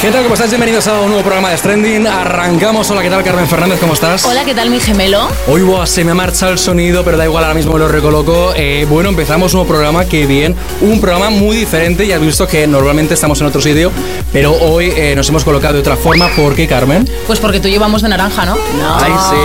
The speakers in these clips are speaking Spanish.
¿Qué tal? ¿Cómo estáis? Bienvenidos a un nuevo programa de Stranding. Arrancamos. Hola, ¿qué tal, Carmen Fernández? ¿Cómo estás? Hola, ¿qué tal mi gemelo? Hoy buah, se me marcha el sonido, pero da igual, ahora mismo lo recoloco. Eh, bueno, empezamos un nuevo programa, que bien. Un programa muy diferente, ya has visto que normalmente estamos en otro sitio, pero hoy eh, nos hemos colocado de otra forma. ¿Por qué, Carmen? Pues porque tú llevamos de naranja, ¿no? No. ¡Ay, sí!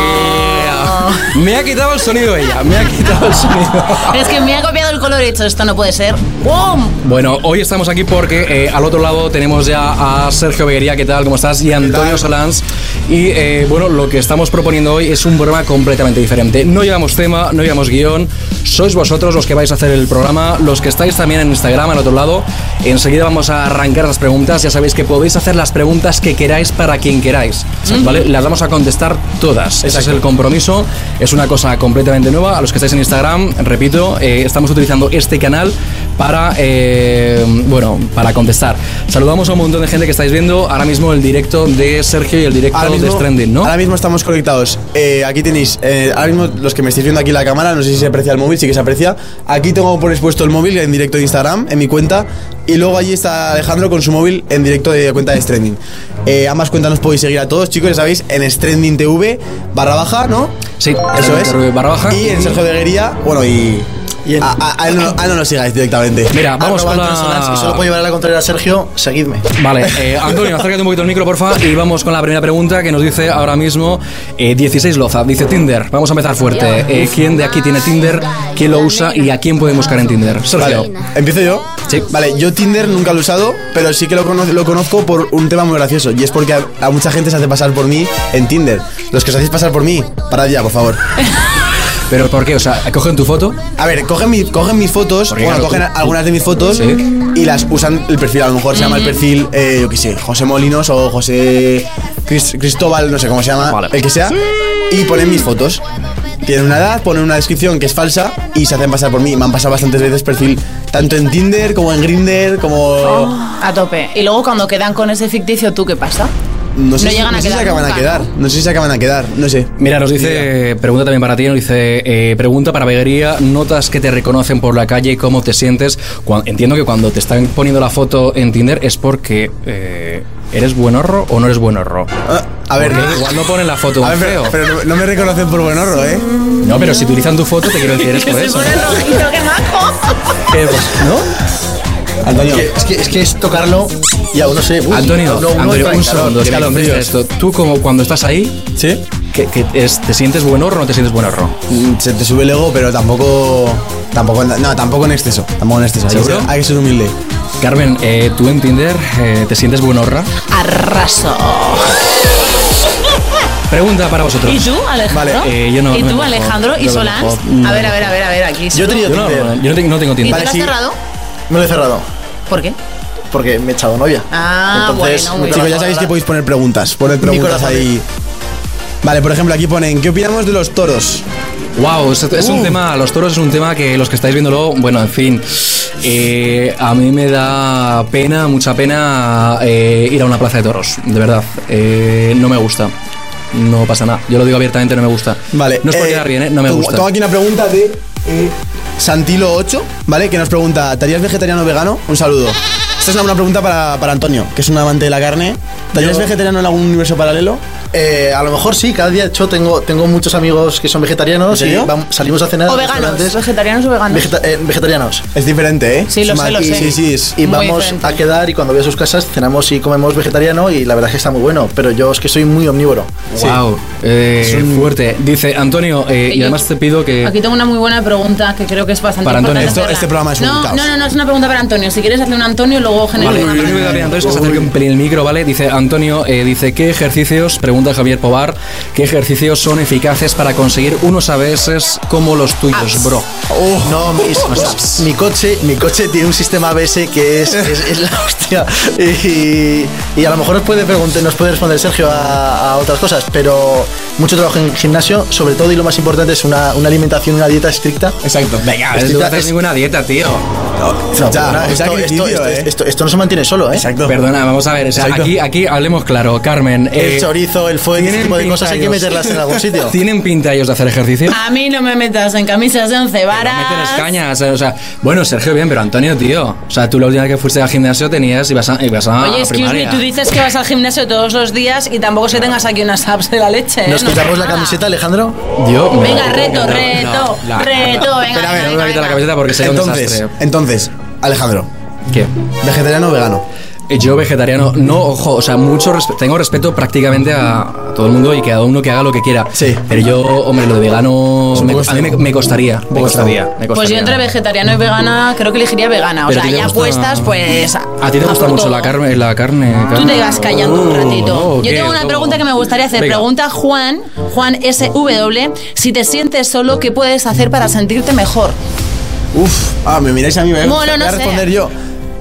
Ah. Me ha quitado el sonido ella, me ha quitado el sonido. Es que me ha copiado el color y he dicho, esto no puede ser. ¡Bum! Bueno, hoy estamos aquí porque eh, al otro lado tenemos ya a Sergio Beguería, ¿qué tal? ¿Cómo estás? Y Antonio Solans. Y eh, bueno, lo que estamos proponiendo hoy es un programa completamente diferente. No llevamos tema, no llevamos guión. Sois vosotros los que vais a hacer el programa, los que estáis también en Instagram al otro lado. Enseguida vamos a arrancar las preguntas. Ya sabéis que podéis hacer las preguntas que queráis para quien queráis. ¿Vale? Las vamos a contestar todas. Ese es el compromiso. Es una cosa completamente nueva. A los que estáis en Instagram, repito, eh, estamos utilizando este canal para eh, bueno para contestar. Saludamos a un montón de gente que estáis viendo ahora mismo el directo de Sergio y el directo de Stranding, ¿no? ahora mismo estamos conectados. Eh, aquí tenéis, eh, ahora mismo los que me estáis viendo aquí en la cámara, no sé si se aprecia el móvil, sí que se aprecia. Aquí tengo por expuesto el móvil en directo de Instagram, en mi cuenta. Y luego allí está Alejandro con su móvil en directo de cuenta de Stranding. Eh, ambas cuentas nos podéis seguir a todos, chicos, ya sabéis, en Stranding TV, barra baja, ¿no? Sí, Eso es. barra baja. Y en Sergio de Guería, bueno, y. a, a- a él no, a él no lo sigáis directamente. Mira, vamos Arroba con la- Antonio Solans, y solo puedo llevar a la contraria a Sergio, seguidme. Vale, eh, Antonio, acércate un poquito al micro, porfa, y vamos con la primera pregunta que nos dice ahora mismo eh, 16 Loza. Dice Tinder, vamos a empezar fuerte. Eh, ¿Quién de aquí tiene Tinder? ¿Quién lo usa? ¿Y a quién pueden buscar en Tinder? Sergio. Vale, empiezo yo. Sí. Vale, yo Tinder nunca lo he usado, pero sí que lo, cono- lo conozco por un tema muy gracioso. Y es porque a, a mucha gente se hace pasar por mí en Tinder. Los que os hacéis pasar por mí, parad ya, por favor. ¿Pero por qué? O sea, cogen tu foto. A ver, cogen, mi- cogen mis fotos, Porque bueno, claro, cogen tú- a- algunas de mis fotos Sí. y las usan el perfil. A lo mejor se llama el perfil, eh, yo qué sé, José Molinos o José Cris- Cristóbal, no sé cómo se llama, Vale. el que sea, y ponen mis fotos. Tienen una edad, ponen una descripción que es falsa y se hacen pasar por mí. Me han pasado bastantes veces perfil, tanto en Tinder como en Grinder, como. A tope. Y luego cuando quedan con ese ficticio, ¿tú qué pasa? No sé, No si, llegan a no sé si quedar acaban a nunca, quedar. No sé si se acaban a quedar. No sé. Mira, nos dice, pregunta también para ti, nos dice, eh, pregunta para Beguería, notas que te reconocen por la calle, cómo te sientes. Cuan- entiendo que cuando te están poniendo la foto en Tinder es porque eh, eres buenorro o no eres buenorro. Ah, A ver, Porque igual no ponen la foto a un ver feo. pero, pero no- no me reconocen por buen horro, ¿eh? No, pero si utilizan tu foto, te quiero decir, es por eso. el rojito, qué majo. Eh, pues, ¿No? Antonio. Que- Es que, es que es tocarlo y aún no sé. uy, Antonio, no, uno Antonio, entra en un calor, segundo, es que que al hombre fríos. esto. Tú, como cuando estás ahí, ¿Sí? que, que es- ¿te sientes buenorro o no te sientes buenorro? Mm, Se te sube el ego, pero tampoco. Tampoco, no, tampoco en exceso. Tampoco en exceso. Hay que ¿Seguro? ser- Hay que ser humilde. Carmen, eh, ¿tú en Tinder eh, te sientes buenorra? Arraso. Pregunta para ¿Y vosotros. tú, Alejandro? Vale, eh, yo no- ¿Y no me tú, mojo, Alejandro? yo no ¿Y me Solans? mojo, no. A ver, a ver, a ver, a ver, aquí. Yo he tenido Yo no, Tinder. yo no tengo- no tengo ¿Y tú Tinder. lo has sí. cerrado? Me lo he cerrado ¿Por qué? porque me he echado novia. Ah, Entonces, bueno, me bueno. Chicos, ya sabéis corazón que ahora- podéis poner preguntas. Poned preguntas corazón ahí. Vale, por ejemplo, aquí ponen: ¿Qué opinamos de los toros? Wow, es, es un Uh. tema, los toros es un tema que los que estáis viéndolo, bueno, en fin, eh, a mí me da pena, mucha pena eh, ir a una plaza de toros, de verdad, Eh, no me gusta, no pasa nada, yo lo digo abiertamente, no me gusta. Vale. No es por eh, quedar bien, ¿eh? no me tengo- gusta. Tengo aquí una pregunta de eh, Santilo8, ¿vale? Que nos pregunta: ¿Te harías vegetariano o vegano? Un saludo. Esta es una buena pregunta para, para Antonio, que es un amante de la carne. ¿Te harías vegetariano en algún universo paralelo? Eh, a lo mejor sí, cada día, de hecho, tengo, tengo muchos amigos que son vegetarianos ¿En y serio? vam- salimos a cenar. O a veganos, restaurantes vegetarianos o veganos. vegeta- eh, vegetarianos. Es diferente, ¿eh? Sí, lo Es sé, lo maqui- sé. Sí, sí, es- Y Muy vamos diferente. a quedar y cuando voy a sus casas cenamos y comemos vegetariano y la verdad es que está muy bueno, pero yo es que soy muy omnívoro. Wow, eh, fuerte. Dice Antonio, eh, y Yo- además te pido que. Aquí tengo una muy buena pregunta que creo que es bastante Para Antonio. importante. Esto- hacerla. este programa es un no, caos. No, no, no, es una pregunta para Antonio. Si quieres hacer un Antonio, luego genero Vale, una yo le voy a para- dar a Antonio, es que se acerque un pelín el micro, ¿vale? Dice Antonio, eh, dice, ¿qué ejercicios, pregunta Javier Pobar, qué ejercicios son eficaces para conseguir unos ABS como los Ah, tuyos, bro? No, mis- mi coche, mi coche tiene un sistema ABS que es, es- es la hostia. Y, y a lo mejor nos puede preguntar, nos puede responder Sergio a, a otras cosas, pero mucho trabajo en gimnasio, sobre todo y lo más importante es una, una alimentación, una dieta estricta. Exacto. Venga, A ver, tú no ya haces es- ninguna dieta, tío. No, ya, perdona, un esto, sacrificio, esto- esto- eh. esto- esto no se mantiene solo, ¿eh? Exacto. Perdona, vamos a ver, o sea, Exacto. aquí, aquí hablemos claro, Carmen. eh, El chorizo, el fuego, ese tienen tipo de cosas hay que pintallos. meterlas en algún sitio. ¿Tienen pinta ellos de hacer ejercicio? A mí no me metas en camisas de once varas. Meten las cañas, eh, o sea, bueno, Sergio, bien, pero Antonio, tío, o sea, tú la última vez que fuiste al gimnasio tenías, ibas a, ibas a Oye, a excuse primaria. me, tú dices que vas al gimnasio todos los días y tampoco es que tengas aquí unas apps de la leche. ¿eh? ¿Nos No quitamos pasa la nada. camiseta, Alejandro? Yo, me- Venga, no, reto, reto, no, la- reto, venga. Espera, a ver, no me voy a quitar la venga. camiseta porque sería un Entonces, desastre. entonces, Alejandro, ¿Qué? vegetariano o vegano. Yo vegetariano, no, ojo, o sea, mucho respe- tengo respeto prácticamente a, a todo el mundo y que cada uno que haga lo que quiera. Sí. Pero yo, hombre, lo de vegano un me- poco a mí me, extremo. me costaría, me poco costaría, extremo. me Pues yo costaría. entre vegetariano y vegana creo que elegiría vegana. O Pero a sea, ti te ya gusta- apuestas, pues. A ti te gusta por mucho todo. la carne, la carne. Tú Carmen? te Ah, vas callando un Oh, ratito. oh, Yo ¿qué? tengo una No. pregunta que me gustaría hacer. Venga. Pregunta Juan, Juan SW, si te sientes solo, ¿qué puedes hacer para sentirte mejor? Uf, ah, me miráis a mí, me No, voy no, no a sé. responder yo.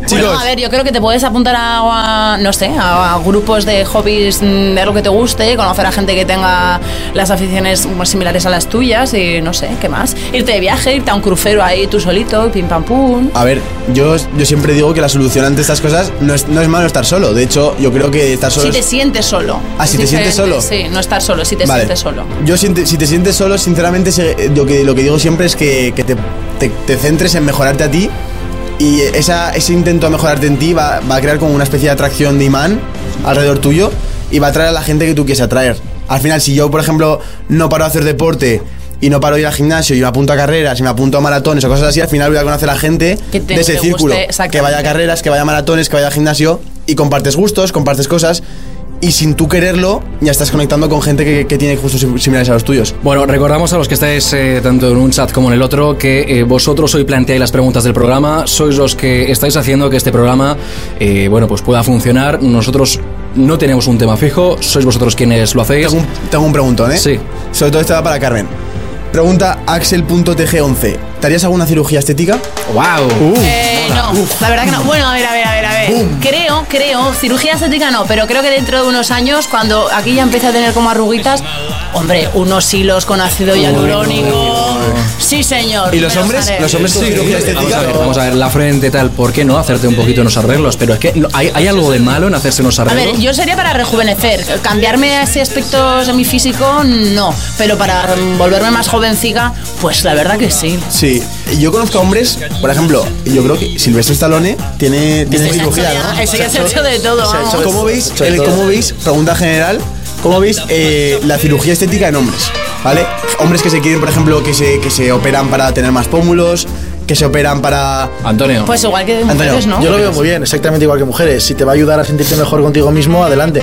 Bueno, Chicos, a ver, yo creo que te puedes apuntar a, a- no sé, a, a grupos de hobbies mm, de algo que te guste, conocer a gente que tenga las aficiones mm, similares a las tuyas y no sé, ¿qué más? Irte de viaje, irte a un crucero ahí tú solito, pim pam pum. A ver, yo, yo siempre digo que la solución ante estas cosas no es, no es malo estar solo. De hecho, yo creo que estar solo. Si te es- sientes solo. Ah, si te Es sientes diferente, solo. Sí, no estar solo, si te Vale. sientes solo. Yo siente- si te sientes solo, sinceramente, se- lo que, lo que digo siempre es que, que te, te- te centres en mejorarte a ti. Y esa, ese intento a mejorarte en ti va, va a crear como una especie de atracción de imán alrededor tuyo y va a atraer a la gente que tú quieres atraer. Al final, si yo, por ejemplo, no paro de hacer deporte y no paro de ir al gimnasio y me apunto a carreras y me apunto a maratones o cosas así, al final voy a conocer a gente Que te- de ese te guste, círculo. Que vaya a exactamente. carreras, que vaya a maratones, que vaya a gimnasio y compartes gustos, compartes cosas y sin tú quererlo ya estás conectando con gente que, que tiene gustos sim- similares a los tuyos. Bueno, recordamos a los que estáis eh, tanto en un chat como en el otro que eh, vosotros hoy planteáis las preguntas del programa, sois los que estáis haciendo que este programa, eh, bueno, pues pueda funcionar. Nosotros no tenemos un tema fijo, sois vosotros quienes lo hacéis. Tengo un, tengo un preguntón, ¿eh? Sí. Sobre todo esta va para Carmen. Pregunta axel.tg11. ¿Te harías alguna cirugía estética? ¡Wow! Uh, Eh, no, la verdad que no. Bueno, a ver, a ver, a ver, a ver. Creo, creo, cirugía estética no, pero creo que dentro de unos años, cuando aquí ya empiece a tener como arruguitas, hombre, unos hilos con ácido hialurónico. Sí, señor. ¿Y los me hombres? haré. ¿Los hombres con Vamos cirugía a, estética? ver, vamos a ver, la frente tal, ¿por qué no hacerte un poquito unos arreglos? Pero es que no- ¿hay, hay algo de malo en hacerse unos A arreglos. ver, yo sería para rejuvenecer. Cambiarme ese aspecto de mi físico, no. Pero para mm, volverme más jovencica, pues la verdad que sí. Sí. Yo conozco hombres, por ejemplo, yo creo que Silvestre Stallone tiene, tiene Ese cirugía, se ha hecho ¿no? ya- ese ya se ha hecho de todo, se ha hecho vamos. de ¿Cómo veis, eh, Sobre el- todo. ¿Cómo veis, pregunta general, cómo veis eh, la cirugía estética en hombres? ¿Vale? Hombres que se quieren, por ejemplo, que se, que se operan para tener más pómulos, que se operan para... Antonio. Pues igual que de Antonio, mujeres, ¿no? Yo lo veo muy bien, exactamente igual que mujeres. Si te va a ayudar a sentirte mejor contigo mismo, adelante.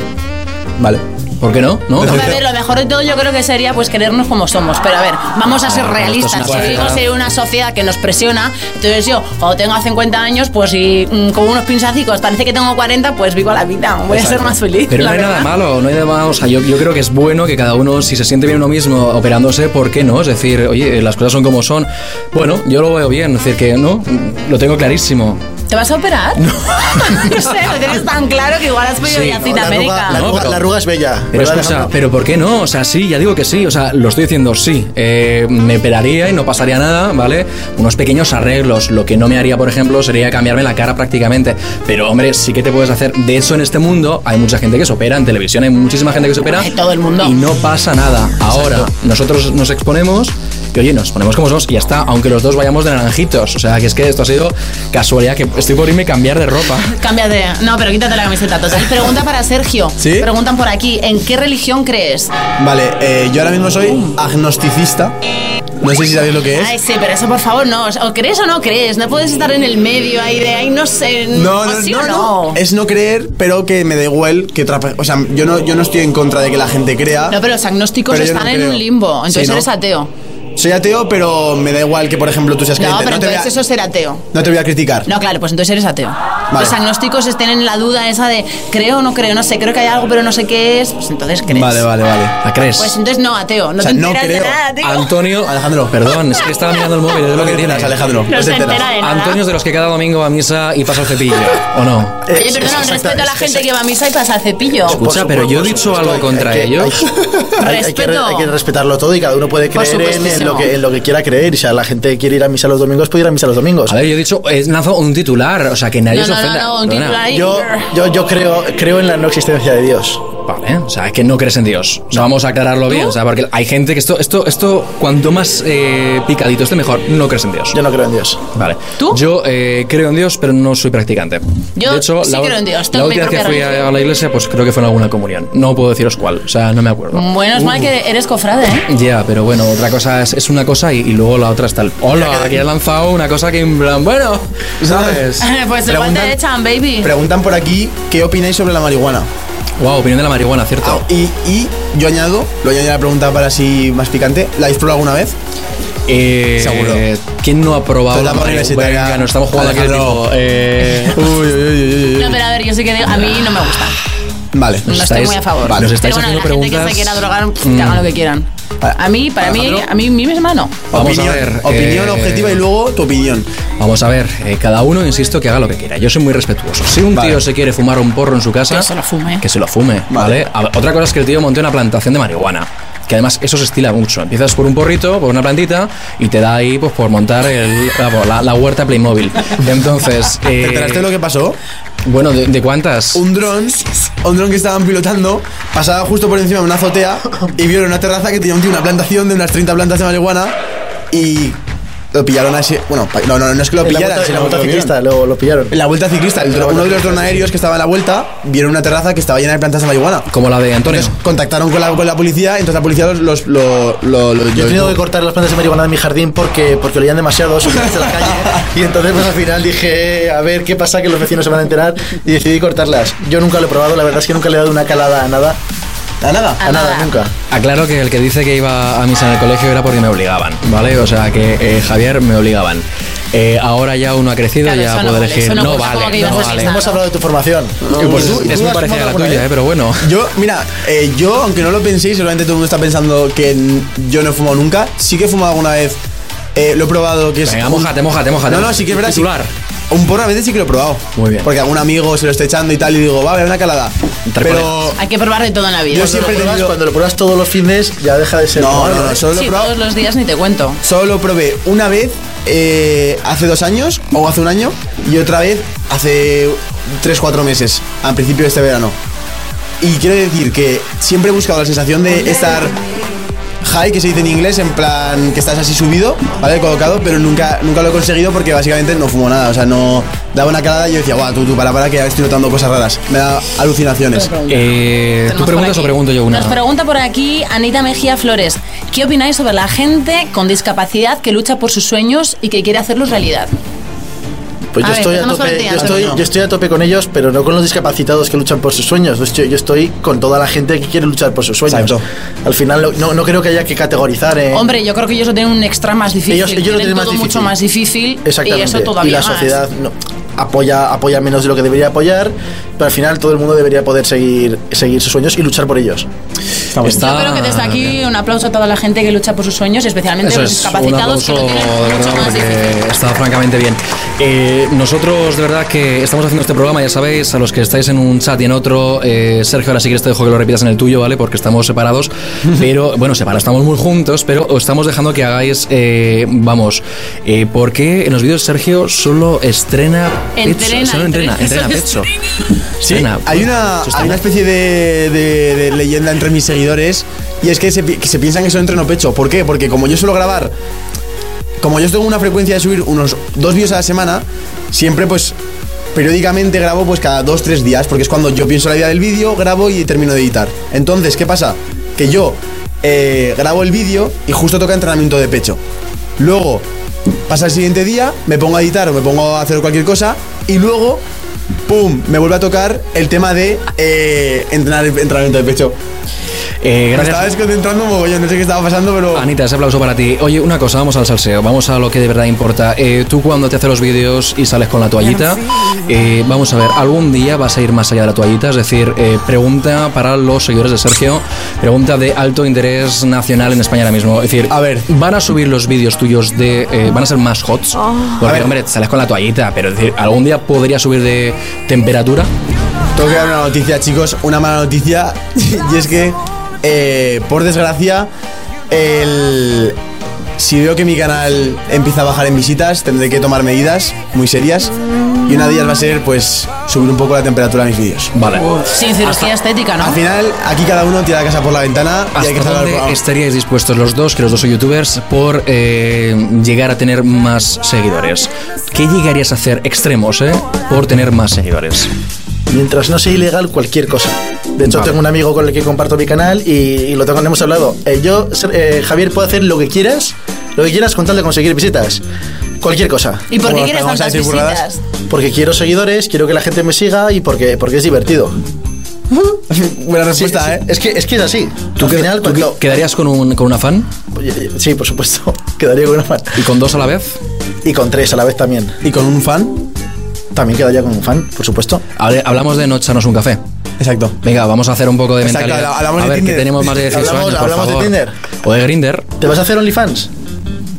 Vale. ¿Por qué no? ¿No? Hombre, A ver, lo mejor de todo yo creo que sería pues querernos como somos, pero a ver, vamos a ser realistas. Ah, esto es una Vivimos sociedad. en una sociedad que nos presiona, entonces yo cuando tenga 50 años, pues si mm, como unos pinzacicos parece que tengo 40, pues vivo la vida, voy a ser más feliz. Pero la no hay nada verdad. malo, no hay nada malo. O sea, yo, yo creo que es bueno que cada uno, si se siente bien uno mismo operándose, ¿por qué no? Es decir, oye, las cosas son como son. Bueno, yo lo veo bien, es decir, que no, lo tengo clarísimo. ¿Te vas a operar? No, sé, lo tienes tan claro que igual has pedido Sí, ya no, cita la, médica. arruga, la, No, arruga- pero- la arruga es bella. Pero ¿verdad, Pues escucha, Alejandro? pero ¿por qué no? O sea, sí, ya digo que sí, o sea, lo estoy diciendo sí. Eh, me operaría y no pasaría nada, ¿vale? Unos pequeños arreglos. Lo que no me haría, por ejemplo, sería cambiarme la cara prácticamente. Pero, hombre, sí que te puedes hacer. De hecho, en este mundo hay mucha gente que se opera, en televisión hay muchísima gente que se opera. Ay, todo el mundo. Y no pasa nada. Ahora, nosotros nos exponemos Y oye, nos ponemos como somos y ya está, aunque los dos vayamos de naranjitos. O sea, que es que esto ha sido casualidad, que estoy por irme a cambiar de ropa. Cámbiate. No, pero quítate la camiseta. Total. Pregunta para Sergio. ¿Sí? Preguntan por aquí, ¿en qué religión crees? Vale, eh, yo ahora mismo soy agnosticista. No sé si sabéis lo que es. Ay, sí, pero eso por favor no. O crees o no crees. No puedes estar en el medio ahí de ahí, no sé. No, o no, ¿Ah, sí no, o no. no. Es no creer, pero que me da igual que otra pe- O sea, yo no, yo no estoy en contra de que la gente crea. No, pero los agnósticos Pero yo están no en creo. un limbo. Entonces Sí, ¿no? eres ateo. Soy ateo, pero me da igual que, por ejemplo, tú seas No, creyente. pero te voy entonces eso a- es ser ateo. no te voy a criticar. No, claro, pues entonces eres ateo. Los agnósticos es- tienen la duda esa de creo o no creo, no sé, creo que hay algo, pero no sé qué es. Pues entonces crees. Vale, vale, vale. ¿La crees? Pues entonces no, ateo. No O sea, te no enteras de creo. nada, tío. Antonio, Alejandro. perdón, es que estaba mirando el móvil, es No lo que te tiene. enteras, Alejandro. No te se enteras. entera de nada. Antonio es de los que cada domingo va a misa y pasa el cepillo, ¿o no? Oye, perdona, un respeto a la gente que va a misa y pasa cepillo. Escucha, pero yo he dicho algo contra ellos. Hay, hay que, re- Respeto. hay que respetarlo todo y cada uno puede Por creer en, en lo supuestísimo. que, en lo que quiera creer. O sea, la gente quiere ir a misa los domingos, puede ir a misa los domingos. A ver, yo he dicho, eh, lanzo un titular, o sea, que nadie No, se no, no, ofenda. no, un Perdona. titular ahí. Yo, yo, yo creo, creo en la no existencia de Dios. Vale, o sea, es que no crees en Dios. O sea, vamos a aclararlo bien, o sea, porque hay gente que esto, esto, esto, cuanto más eh, picadito esté mejor, no crees en Dios. Yo no creo en Dios. Vale. ¿Tú? Yo eh, creo en Dios, pero no soy practicante. Yo de hecho, sí la, creo en Dios, La tengo mi última vez que propia fui a, religión. a la iglesia, pues creo que fue en alguna comunión. No puedo deciros cuál, o sea, no me acuerdo. Bueno, es mal Uh. que eres cofrade, ¿eh? Ya, pero bueno, otra cosa es, es una cosa y, y luego la otra está el. Hola, aquí he lanzado una cosa que en plan, bueno, ¿sabes? Pues igual Preguntan- te echan, baby. Preguntan por aquí qué opináis sobre la marihuana. wow, opinión de la marihuana, Ah, ¿cierto? y, y yo añado, lo añado a la pregunta para así más picante. ¿La habéis probado alguna vez? Eh, seguro. ¿Quién no ha probado Toda la la marihuana? universitaria. Venga, nos estamos jugando aquí el Alejandro. tiempo. Eh, Uy, uy, uy, uy, uy. No, pero a ver, yo sí que digo, a mí no me gusta. Vale. No estoy estáis- muy a favor. vale, nos estáis pero bueno, la haciendo gente que se preguntas- quiera drogar, pff, que hagan lo que quieran. A mí, para mí, Alejandro. a mí misma no. vamos opinión, a ver. opinión eh, objetiva y luego tu opinión. Vamos a ver, eh, cada uno, insisto, que haga lo que quiera. Yo soy muy respetuoso. Si un Vale. tío se quiere fumar un porro en su casa, Que se lo fume. Que se lo fume, ¿vale? A ver, Otra cosa es que el tío monte una plantación de marihuana. Que además eso se estila mucho. Empiezas por un porrito, por una plantita, y te da ahí pues por montar el- la, la- la huerta Playmobil. Entonces. ¿Te eh, enteraste de lo que pasó? Bueno, ¿de, de cuántas? Un dron, un dron que estaban pilotando, pasaba justo por encima de una azotea y vieron una terraza que tenía un tío, una plantación de unas 30 plantas de marihuana y lo pillaron así. Bueno, pa- no, no, no es que lo En la pillaran, vuelta- en sino la que vuelta lo vieron. ciclista lo, lo pillaron. En la vuelta ciclista, el dron- uno de los drones aéreos que estaba en la vuelta, vieron una terraza que estaba llena de plantas de marihuana. Como la de Antonio. Entonces contactaron con la, con la policía, entonces la policía los... los, lo- lo- lo- Yo he lo- tenido que cortar las plantas de marihuana de mi jardín porque, porque olían demasiado sobre la calle. Y entonces, pues al final dije, a ver qué pasa, que los vecinos se van a enterar. Y decidí cortarlas. Yo nunca lo he probado, la verdad es que nunca le he dado una calada a nada. ¿A nada? A, nada, nada. nunca. Aclaro que el que dice que iba a misa en el colegio era porque me obligaban, ¿vale? O sea que eh, Javier me obligaban. Eh, ahora ya uno ha crecido, Claro, ya eso no puedo vale, elegir. eso no, no pues, ¿cómo que vale, ibas no a vale. misa? Hemos hablado de tu formación. Y pues, ¿Y tú- y tú es muy parecida a has la fumado alguna tuya, vez? eh, pero bueno. Yo, mira, eh, yo, aunque no lo penséis, seguramente todo el mundo está pensando que n- yo no he fumado nunca. Sí que he fumado alguna vez. Eh, lo he probado que es. Venga, un- mojate, mojate, mojate. No, no, sí que es verdad. sí- Titular. un porro a veces sí que lo he probado. Muy bien. Porque algún amigo se lo está echando y tal, y digo, va, a ver una calada. Entre Pero. colegas. Hay que probar de todo en la vida. ¿eh? Yo siempre he Cuando lo pruebas- tenido- Cuando lo pruebas todos los fines, ya deja de ser. No, probable, no, no, ¿eh? solo lo Sí, he probado. Eh, todos los días ni te cuento. Solo lo probé una vez eh, hace dos años, o hace un año, y otra vez hace tres, cuatro meses, al principio de este verano. Y quiero decir que siempre he buscado la sensación de estar high, que se dice en inglés, en plan que estás así subido, ¿vale? Colocado, pero nunca, nunca lo he conseguido porque básicamente no fumo nada, o sea, no daba una calada y yo decía, guau, tú, tú, para, para, que ya estoy notando cosas raras. Me da alucinaciones. Eh, Tenemos ¿Tú por preguntas aquí. o pregunto yo una? Nos pregunta por aquí Anita Mejía Flores. ¿Qué opináis sobre la gente con discapacidad que lucha por sus sueños y que quiere hacerlos realidad? Pues A yo, ver, estoy a empezamos por tope, ti, yo, estoy, Antonio. yo estoy a tope con ellos, pero no con los discapacitados que luchan por sus sueños. Yo estoy, yo estoy con toda la gente que quiere luchar por sus sueños. Exacto. Al final, lo- no, no creo que haya que categorizar. en- Hombre, yo creo que ellos lo tienen un extra más difícil. Eh. Ellos- ellos lo tienen tienen más todo difícil. mucho más difícil. Y Exactamente. eso todavía la más. sociedad no- apoya, apoya menos de lo que debería apoyar, pero al final todo el mundo debería poder seguir, seguir sus sueños y luchar por ellos. Yo creo que desde aquí un aplauso a toda la gente que lucha por sus sueños, especialmente Ah, Eso los es, un discapacitados que aplauso de lo tienen mucho verdad más difícil. porque está francamente bien. Eh, nosotros de verdad que estamos haciendo este programa, ya sabéis, a los que estáis en un chat y en otro, eh, Sergio, ahora si quieres te dejo que lo repitas en el tuyo, ¿vale? Porque estamos separados, pero bueno, separados, estamos muy juntos, pero os estamos dejando que hagáis, eh, vamos, eh, porque en los vídeos Sergio solo estrena pecho, Entrena, solo entrena, entrena, entrena solo pecho. Sí, Entrena. hay pues, una, Eso está hay una especie de, de- de leyenda entre mis seguidores y es que se, pi- que se piensan que soy entreno pecho. ¿Por qué? Porque como yo suelo grabar, como yo tengo una frecuencia de subir unos dos vídeos a la semana, siempre pues periódicamente grabo pues cada dos, tres días, porque es cuando yo pienso la idea del vídeo, grabo y termino de editar. Entonces, ¿qué pasa? Que yo eh, grabo el vídeo y justo toca entrenamiento de pecho. Luego, pasa el siguiente día, me pongo a editar o me pongo a hacer cualquier cosa y luego, ¡pum!, me vuelve a tocar el tema de eh, entrenar el entrenamiento de pecho. Eh, Me gracias. estaba desconcentrando mogollón, no sé qué estaba pasando, pero... Anita, ese aplauso para ti. Oye, una cosa, vamos al salseo, vamos a lo que de verdad importa. Eh, tú cuando te haces los vídeos y sales con la toallita, eh, vamos a ver, algún día vas a ir más allá de la toallita, es decir, eh, pregunta para los seguidores de Sergio, pregunta de alto interés nacional en España ahora mismo. Es decir, A ver. ¿van a subir los vídeos tuyos de... eh, ¿Van a ser más hots? Porque, ver. hombre, sales con la toallita, pero es decir, ¿algún día podría subir de temperatura? Tengo que dar una noticia, chicos, una mala noticia. Y es que, eh, por desgracia, el- si veo que mi canal empieza a bajar en visitas, tendré que tomar medidas muy serias. Y una de ellas va a ser, pues, subir un poco la temperatura de mis vídeos. Vale. Sin cirugía estética, ¿no? Al final, aquí cada uno tira la casa por la ventana y ¿Hasta hay que salvar el dónde programa. estaríais dispuestos los dos, que los dos son youtubers, por eh, llegar a tener más seguidores? ¿Qué llegarías a hacer extremos, eh? Por tener más seguidores. Mientras no sea ilegal, cualquier cosa. De hecho, Vale. tengo un amigo con el que comparto mi canal y, y lo tengo, hemos hablado. Eh, yo, ser- eh, Javier, puedo hacer lo que quieras, lo que quieras con tal de conseguir visitas. Cualquier cosa. ¿Y por qué Bueno, quieres vamos a tantas decir burradas. visitas? Porque quiero seguidores, quiero que la gente me siga y porque, porque es divertido. Buena Sí, respuesta, sí, ¿eh? Es que, es que es así. Al qué- final, tú qué- cuando- ¿Quedarías con un, con una fan? Oye, Sí, por supuesto. Quedaría con una fan. ¿Y con dos a la vez? Y con tres a la vez también. ¿Y con un fan? También quedaría con un fan, por supuesto. Hable- Hablamos de no echarnos un café. Exacto. Venga, vamos a hacer un poco de Exacto, mentalidad. hablamos a de ver, que Tinder. tenemos más de 18 Hablamos- años, por hablamos de favor. Tinder. O de Grinder. ¿Te vas a hacer OnlyFans?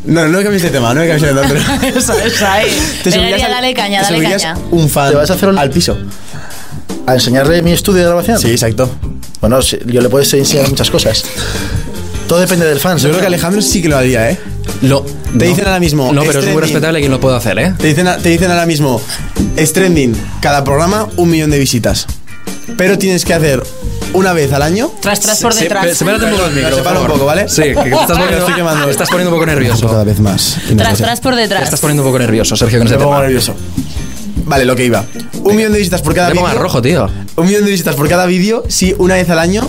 No, no he cambiado de tema, no he cambiado de tema. pero- Eso es ahí. Te Venga, subirías ya, al- dale caña, te dale subirías caña. un fan ¿Te vas a hacer un- al piso. ¿A enseñarle mi estudio de grabación? Sí, exacto. Bueno, sí, yo le puedo enseñar muchas cosas. Todo depende del fan. Yo creo que Alejandro sí que lo haría, ¿eh? Lo, no. dicen ahora mismo, No, pero es es muy trending. respetable quien lo pueda hacer, ¿eh? Te dicen, te dicen ahora mismo, es trending, cada programa un millón de visitas. Pero tienes que hacer una vez al año. Tras, tras por Se- detrás. pe- sepárate un poco del micro, por separa un favor. poco, ¿vale? Sí, que te estás poniendo, Estoy quemando. te estás poniendo un poco nervioso. Cada vez más. Y no Tras, sé. tras por Te detrás. ¿eh? estás poniendo un poco nervioso, Sergio, con ese Me pongo tema. nervioso. Vale, lo que iba. Un millón de visitas por cada Te pongo más vídeo. rojo, tío. Un millón de visitas por cada vídeo. Si una vez al año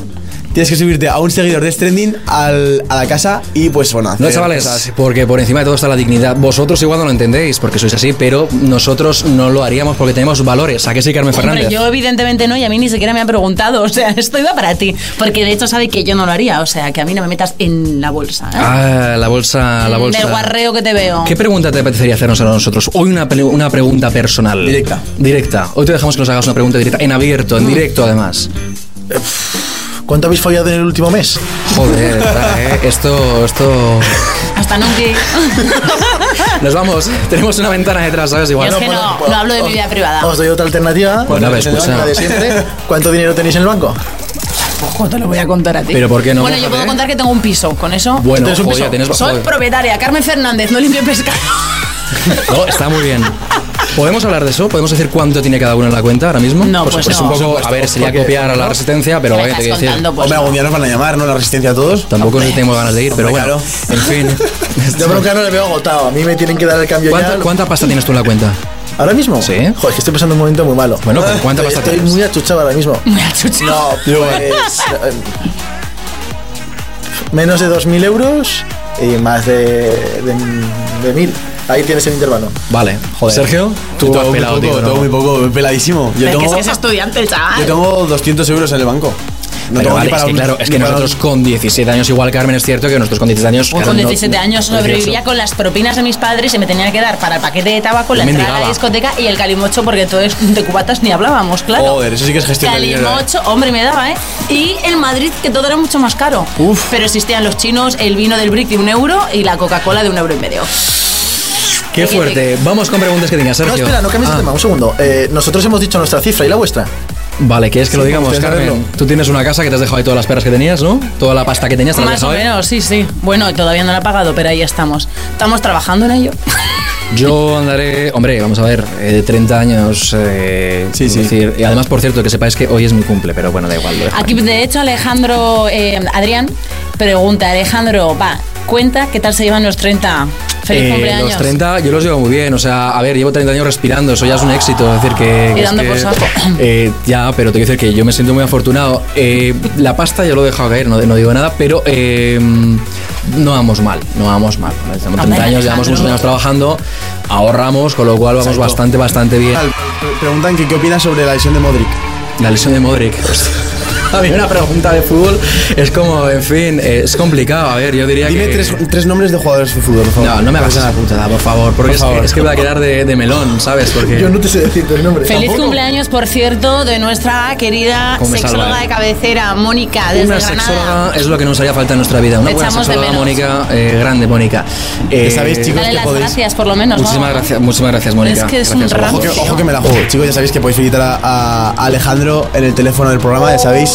tienes que subirte a un seguidor de Es trending al- a la casa y pues bueno. No, hacer chavales, cosas. porque por encima de todo está la dignidad. Vosotros igual no lo entendéis porque sois así, pero nosotros no lo haríamos porque tenemos valores. ¿A qué sí, Carmen Fernández? Hombre, yo evidentemente no y a mí ni siquiera me han preguntado. O sea, esto iba para ti. Porque de hecho sabe que yo no lo haría. O sea, que a mí no me metas en la bolsa. ¿eh? Ah, la bolsa, la En el bolsa. guarreo que te veo. ¿Qué pregunta te apetecería hacernos a nosotros? Hoy una, pre- una pregunta personal. Directa. Directa. Hoy te dejamos que nos hagas una pregunta directa, en abierto, Mm. en directo además. ¿Cuánto habéis follado en el último mes? Joder, de verdad, ¿eh? esto, esto... Hasta nunca. Nos vamos, tenemos una ventana detrás, ¿sabes? Igual. Yo es que no, pues, no hablo de mi vida privada. Os doy otra alternativa. Bueno, a ver, escucha. pues, La Ah. de siempre. ¿Cuánto dinero tenéis en el banco? Tampoco te lo voy a contar a ti. Pero ¿por qué no? Bueno, yo Mójate, puedo ¿eh? contar que tengo un piso. Con eso. Bueno, Entonces, un joder, beso. tenés... Soy joder. propietaria, Carmen Fernández, no limpio pescado. No, está muy bien. ¿Podemos hablar de eso? ¿Podemos decir cuánto tiene cada uno en la cuenta ahora mismo? No, Por pues supuesto, no. Es un poco, a ver, sería copiar a la resistencia, pero Me vaya, te quiero estás decir. contando, pues. Hombre, algún día nos van a llamar, ¿no? La resistencia a todos. Tampoco es que tengo ganas de ir, pero Hombre, bueno. En fin. Yo bronca no le veo agotado. A mí me tienen que dar el cambio ¿Cuánta, ya. cuánta pasta tienes tú en la cuenta? ¿Ahora mismo? Sí. Joder, que estoy pasando un momento muy malo. Bueno, pero ¿cuánta Estoy- pasta Estoy tienes? muy achuchado ahora mismo. Me ha chuchado. No, pues... eh, menos de 2.000 euros y más de, de, de 1.000. Ahí tienes el intervalo. Vale, joder. Sergio, tú Todo has muy pelado, poco, tío. ¿no? todo muy poco, Es peladísimo. Yo que es tengo- que es estudiante, Yo chaval. tengo 200 euros en el banco. No Pero tengo vale, ni para es que un- claro, es ni que para un- nosotros con 17 años, igual Carmen, es cierto que nosotros con 17 años. Yo claro, con no- 17 años sobrevivía 18. con las propinas de mis padres y me tenía que dar para el paquete de tabaco, la Me entrada a la mendigaba. discoteca y el calimocho, porque entonces de cubatas ni hablábamos, claro. Oh, Joder, eso sí que es gestión del dinero, Calimocho, hombre, me daba, ¿eh? Y el Madrid, que todo era mucho más caro. Uf. Pero existían los chinos, el vino del brick de un euro y la Coca-Cola de un euro y medio. Qué fuerte. Vamos con preguntas que tengas, No, Sergio. espera, no cambies de Ah, tema, un segundo. Eh, nosotros hemos dicho nuestra cifra y la vuestra. Vale, ¿quieres que lo digamos, gustaría Carmen? saberlo. Tú tienes una casa que te has dejado ahí todas las peras que tenías, ¿no? Toda la pasta que tenías te la has Más o dejado ahí. menos, sí, sí. Bueno, todavía no la he pagado, pero ahí estamos. Estamos trabajando en ello. Yo andaré, hombre, vamos a ver, eh, 30 años. eh, Sí, es sí. decir, y además, por cierto, que sepáis que hoy es mi cumple, pero bueno, da igual. lo dejo Aquí, ahí. de hecho, Alejandro, eh, Adrián, pregunta, Alejandro, va, cuenta qué tal se llevan los 30. Feliz Eh, cumpleaños. Los 30 yo los llevo muy bien, o sea, a ver, llevo 30 años respirando, eso ya es un éxito, es decir que... que es dando que, por saco. eh, ya, pero te quiero decir que yo me siento muy afortunado. Eh, la pasta yo lo he dejado caer, no, no digo nada, pero eh, no vamos mal, no vamos mal. Estamos 30 años, llevamos unos años trabajando, ahorramos, con lo cual vamos bastante, bastante bien. Tal, pre- Preguntan que qué opinas sobre la lesión de Modric. La lesión de Modric. A mí una pregunta de fútbol es como, en fin, eh, es complicado. A ver, yo diría Dime que... tres, tres nombres de jugadores de fútbol, por favor. Eh. No, no me hagas Para esa que- putada, por favor, porque es, favor. Que, es que me va a quedar de, de melón, ¿sabes? Porque Yo no te sé decir tres nombres. Feliz tampoco. cumpleaños, por cierto, de nuestra querida Cómo me sexóloga salva, eh. de cabecera, Mónica, desde una Granada. sexóloga es lo que nos haría falta en nuestra vida. Una Te buena echamos de sexóloga, menos. Mónica, eh, grande Mónica. Eh, sabéis, chicos, Dale que las podéis. gracias, por lo menos. Muchísimas vamos. gracias, muchísimas gracias, Mónica. que es un Gracias, rango. Ojo que, ojo que me la juego, chicos. Ya sabéis que podéis felicitar a, a Alejandro en el teléfono del programa. Ya sabéis,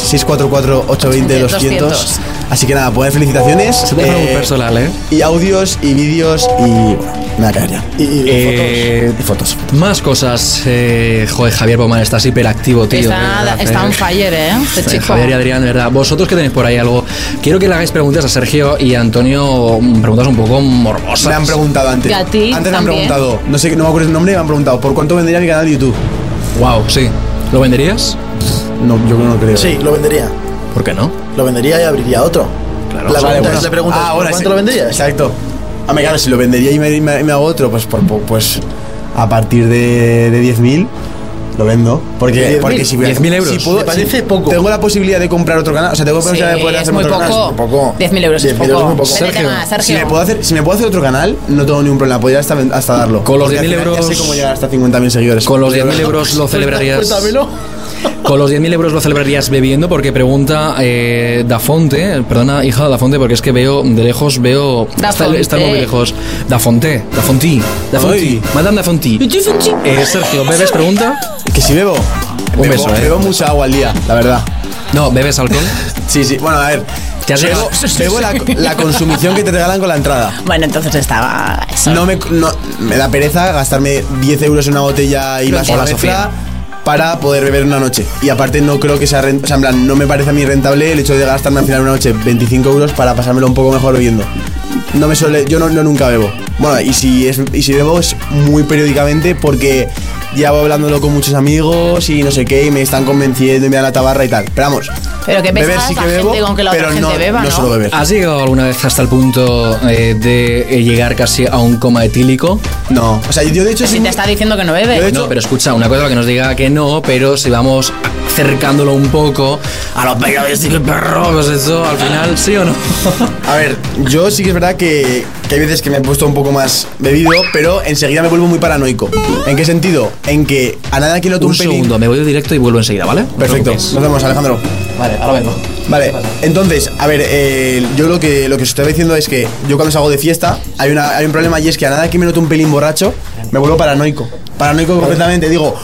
644-820-200. Así que nada, pues felicitaciones. Se puede poner eh, muy personal, ¿eh? Y audios, y vídeos, y. Bueno, me va a caer ya. Y, y Eh, fotos. Más cosas. Eh, joder, Javier Bomán, estás hiperactivo, tío. de Está, verdad, está eh. on fire, ¿eh? Este Eh, chico. Javier y Adrián, de verdad, vosotros que tenéis por ahí algo, quiero que le hagáis preguntas a Sergio y a Antonio, mm, preguntas un poco morbosas. Me han preguntado antes. Y a ti antes me han también. preguntado, no sé, no me acuerdo el nombre, me han preguntado, ¿por cuánto vendería mi canal de YouTube? Wow, sí. ¿Lo venderías? No, yo no creo. Sí, lo vendería. ¿Por qué no? Lo vendería y abriría otro. Claro. la Vale, pregunta bueno. es, le preguntas, Ah, ¿por ahora ¿cuánto sí. lo venderías? Exacto. Ah, me claro, si lo vendería y me, y me- y me hago otro, pues por, por- pues a partir de, de 10.000 lo vendo. Porque, 10.000, porque si voy a- 10.000 euros. si puedo- Me parece si poco. Tengo la posibilidad de comprar otro canal, o sea, tengo la Sí, posibilidad de poder es hacer muy otro canal. poco. es muy poco. 10.000 euros es 10.000 euros poco. es muy poco. Vete Sergio, más, Si Sergio. me, puedo hacer, si me puedo hacer otro canal, no tengo ningún problema. Podría hasta, hasta darlo. Con los Porque al 10.000 final Ya sé euros- cómo llegar hasta 50.000 seguidores. Con los 10.000 euros lo celebrarías. Cuéntamelo. Con los 10.000 euros lo celebrarías bebiendo porque pregunta eh, Dafonte, perdona hija de Dafonte porque es que veo de lejos, veo... Está, el- está el móvil lejos. Dafonte. Dafonte, Dafonti, Dafonti, Ay. Madame Dafonti. Eh, Sergio, ¿bebes pregunta? Que si bebo. Un bebo, beso, eh. Bebo mucha agua al día, la verdad. No, ¿bebes alcohol? Sí, sí. Bueno, a ver. Te has bebo, dejado- bebo la, la consumición que te regalan con la entrada. Bueno, entonces estaba eso. No me, no- me da pereza gastarme 10 euros en una botella y Lo más una entiendo. mezcla para poder beber una noche. Y aparte no creo que sea rentable, o sea, en plan, no me parece a mí rentable el hecho de gastarme al final una noche 25 euros para pasármelo un poco mejor bebiendo. No me suele, yo no, no nunca bebo. Bueno, y si, es, y si bebo es muy periódicamente porque ya voy hablándolo con muchos amigos y no sé qué y me están convenciendo y me dan la tabarra y tal. Pero vamos, Pero qué beber pesada sí es la que bebo, gente con que la otra pero gente no, beba, ¿no? no solo beber. ¿Has llegado alguna vez hasta el punto eh, de eh, llegar casi a un coma etílico? No, o sea, yo de hecho soy Si te muy- está diciendo que no Yo bebe. de- No, pero escucha, una cosa es lo que nos diga que no, pero si vamos acercándolo un poco a los periodísticos perros, pues eso, al final sí o no. A ver, yo sí que es verdad que, que hay veces que me he puesto un poco más bebido, pero enseguida me vuelvo muy paranoico. ¿En qué sentido? En que a nada aquí lo Un un pelín. segundo, me voy directo y vuelvo enseguida, ¿vale? No Perfecto, os nos preocupéis. vemos, Alejandro. Vale, ahora vengo. Vale, entonces, a ver, eh, yo lo que, lo que os estaba diciendo es que yo cuando salgo de fiesta hay, una, hay un problema y es que a nada que me noto un pelín borracho, me vuelvo paranoico. Paranoico completamente, digo,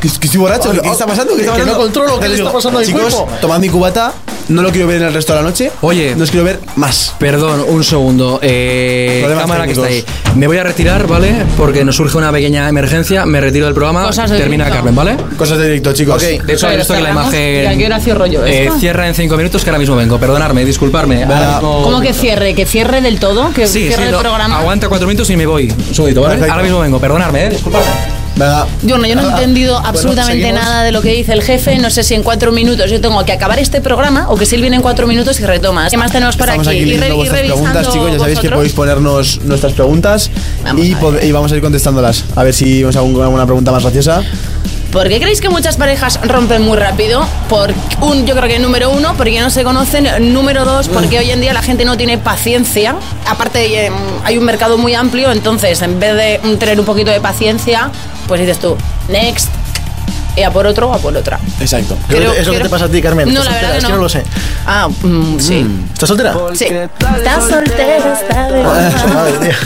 ¿qué, que estoy borracho? ¿Qué, qué oh, está pasando? ¿Qué está Que no pasando? controlo, ¿qué le está Digo, pasando a mi Chicos, cuerpo? tomad mi cubata, no lo quiero ver en el resto de la noche. Oye. no os quiero ver más. Perdón, un segundo. Eh, Problemas cámara que técnicos. está ahí. Me voy a retirar, ¿vale? Porque nos surge una pequeña emergencia. Me retiro del programa. Cosas de Termina directo. Carmen, ¿vale? Cosas de directo, chicos. Ok. De hecho, he Pero visto que la cerramos, ¿y a qué hora imagen cierro yo eh, esto? cierra en cinco minutos, que ahora mismo vengo. Perdonarme, disculparme. Nada. ¿Cómo que cierre? ¿Que cierre del todo? ¿Que Sí, sí, cierre el no, programa? aguanta cuatro minutos y me voy. Un segundito, ¿vale? Perfecto. Ahora mismo vengo, perdonarme, ¿eh? Disculpadme. Venga, Yo no, yo no Ah, he entendido absolutamente seguimos. nada de lo que dice el jefe. No sé si en cuatro minutos yo tengo que acabar este programa o que si él viene en cuatro minutos y retomas. ¿Qué más tenemos por Estamos aquí? aquí Y re- leyendo y vuestras revisando preguntas, chicos. Ya sabéis que vosotros. podéis ponernos nuestras preguntas Vamos y, a pod- ver. y vamos a ir contestándolas. A ver si vemos algún- alguna pregunta más graciosa. ¿Por qué creéis que muchas parejas rompen muy rápido? Por un, yo creo que número uno, porque no se conocen. Número dos, porque hoy en día la gente no tiene paciencia. Aparte, eh, hay un mercado muy amplio, entonces en vez de mm, tener un poquito de paciencia, pues dices tú, next. y a por otro o a por otra. Exacto. Creo- Creo- es lo que creo- te pasa a ti, Carmen. No, ¿Estás la verdad soltera? que Es no. que no lo sé. Ah, mm, sí. ¿Estás soltera? Sí. Estás soltera, está de Madre mía.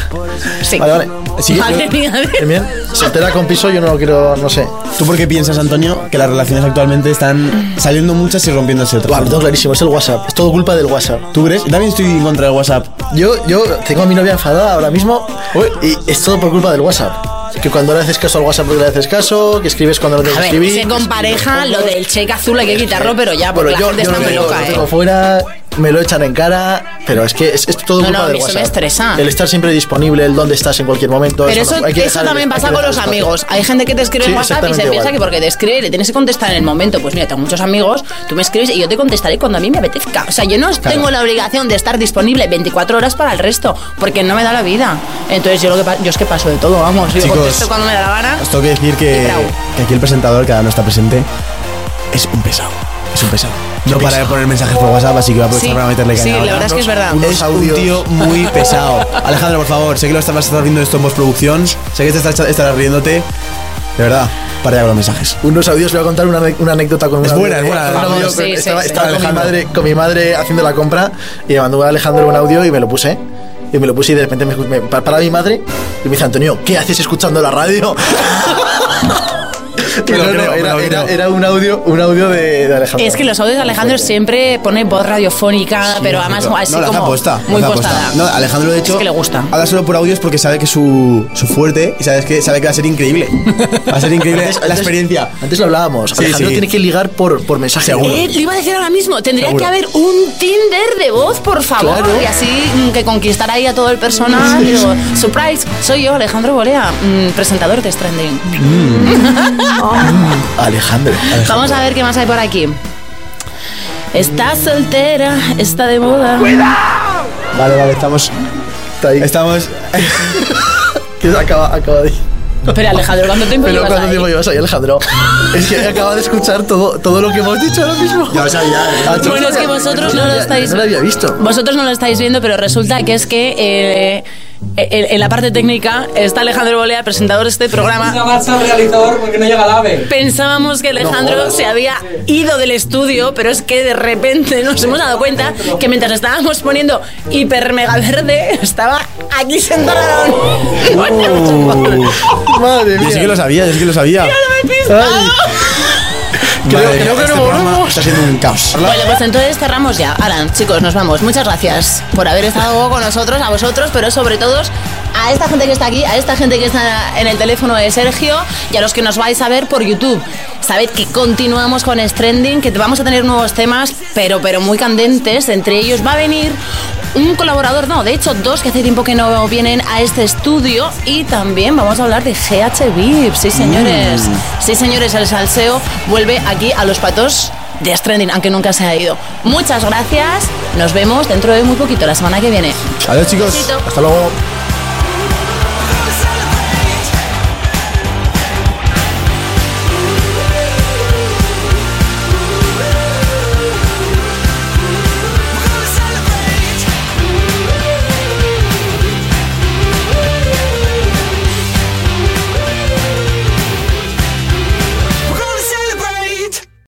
Sí. Vale, vale. Madre mía. Bien, bien. Soltera con piso, yo no quiero, no sé. ¿Tú por qué piensas, Antonio, que las relaciones actualmente están saliendo muchas y rompiéndose Buah, otras? lo tengo clarísimo, es el WhatsApp. Es todo culpa del WhatsApp. ¿Tú crees? Yo También estoy en contra del WhatsApp. Yo, yo tengo a mi novia enfadada ahora mismo y es todo por culpa del WhatsApp. Que cuando le haces caso al WhatsApp porque le haces caso, que escribes cuando no tienes A que ver, escribir. sé que con escribes pareja poco. lo del cheque azul hay que quitarlo, pero ya, porque la Bueno, gente yo está lo muy tengo, loca, lo ¿eh? tengo fuera, me lo echan en cara, pero es que es, es todo No, culpa no, a del mí eso me WhatsApp. estresa. El estar siempre disponible, el dónde estás en cualquier momento. Pero eso, no, hay que eso dejar el- también hay que pasa con dejar los espacio. amigos. Hay gente que te escribe Sí, en WhatsApp y se exactamente piensa igual. que porque te escribe le tienes que contestar en el momento. Pues mira, tengo muchos amigos, tú me escribes y yo te contestaré cuando a mí me apetezca. O sea, yo no tengo la obligación de estar disponible 24 horas para el resto, porque no me da la vida. Entonces yo lo que pa- yo es que paso de todo, vamos. Yo Chicos, contesto cuando me da la gana. Os tengo que decir Y que, bravo. que aquí el presentador, que ahora no está presente, es un pesado. Es un pesado. No para de poner mensajes por WhatsApp, así que voy a aprovechar Sí, para meterle sí, caña la ahora. verdad es que es verdad. unos Es un audios. tío muy pesado. Alejandro, por favor, sé que lo estabas viendo esto en postproducción. Sé que te estás, estarás riéndote. De verdad, para ya con los mensajes. Unos audios, voy a contar una, ane- una anécdota con Es una- buena, es buena, con la un verdad. audio, Sí, pero sí, estaba, sí. estaba con, mi Alejandro. madre, con mi madre haciendo la compra y le mandó a Alejandro un audio y me lo puse. Y me lo puse y de repente me, escu- me pa- para mi madre y me dice, Antonio, ¿qué haces escuchando la radio? Y Me lo no, no, creo, me era, lo era- creo. era un audio, un audio de, de Alejandro. Es que los audios de Alejandro siempre pone voz radiofónica, pero además así no, la hace como aposta, muy la hace aposta. postada. No, Alejandro, de hecho, Es que le gusta. habla solo por audios porque sabe que es su, su fuerte y sabe que, sabe que va a ser increíble. Va a ser increíble la experiencia. Antes lo hablábamos. Sí, Alejandro sí. tiene que ligar por, por mensaje. Seguro. Eh, lo iba a decir ahora mismo, tendría Seguro. que haber un Tinder de voz, por favor. Claro. Y así mm, que conquistar ahí a todo el personal. y digo, Surprise, soy yo, Alejandro Borea, mm, presentador de Stranding. Alejandro. Vamos a ver qué más hay por aquí. Está soltera, está de moda. Vale, vale, estamos. Está ahí. Estamos. Que se acaba, acaba de Pero Alejandro, ¿cuánto tiempo Pero llevas cuánto ahí? tiempo llevas ahí, Alejandro. es que acaba de escuchar todo, todo lo que hemos dicho ahora mismo. Ya lo sabía, ¿eh? Ah, tú- Bueno, es que vosotros no lo estáis- No lo había visto. Vosotros no lo estáis viendo, pero resulta que es que eh, en, en la parte técnica está Alejandro Bolea, presentador de este programa. marcha realizador porque no llega el ave. Pensábamos que Alejandro se había ido del estudio, pero es que de repente nos hemos dado cuenta que mientras estábamos poniendo hiper mega verde, estaba aquí sentado. Madre Yo sí que lo mía. sabía, yo sí que lo sabía. Ay, creo- creo que este no programa volvemos. Está siendo un caos. Bueno, pues entonces cerramos ya. Alan, chicos, nos vamos. Muchas gracias por haber estado con nosotros, a vosotros, pero sobre todo a esta gente que está aquí, a esta gente que está en el teléfono de Sergio y a los que nos vais a ver por YouTube. Sabed que continuamos con Stranding, que vamos a tener nuevos temas, pero, pero muy candentes. Entre ellos va a venir un colaborador, no, de hecho dos que hace tiempo que no vienen a este estudio y también vamos a hablar de GH VIP. Sí, señores. Sí, señores, el salseo vuelve aquí a los patos de Stranding, aunque nunca se ha ido. Muchas gracias. Nos vemos dentro de muy poquito, la semana que viene. Adiós, chicos. Besito. Hasta luego.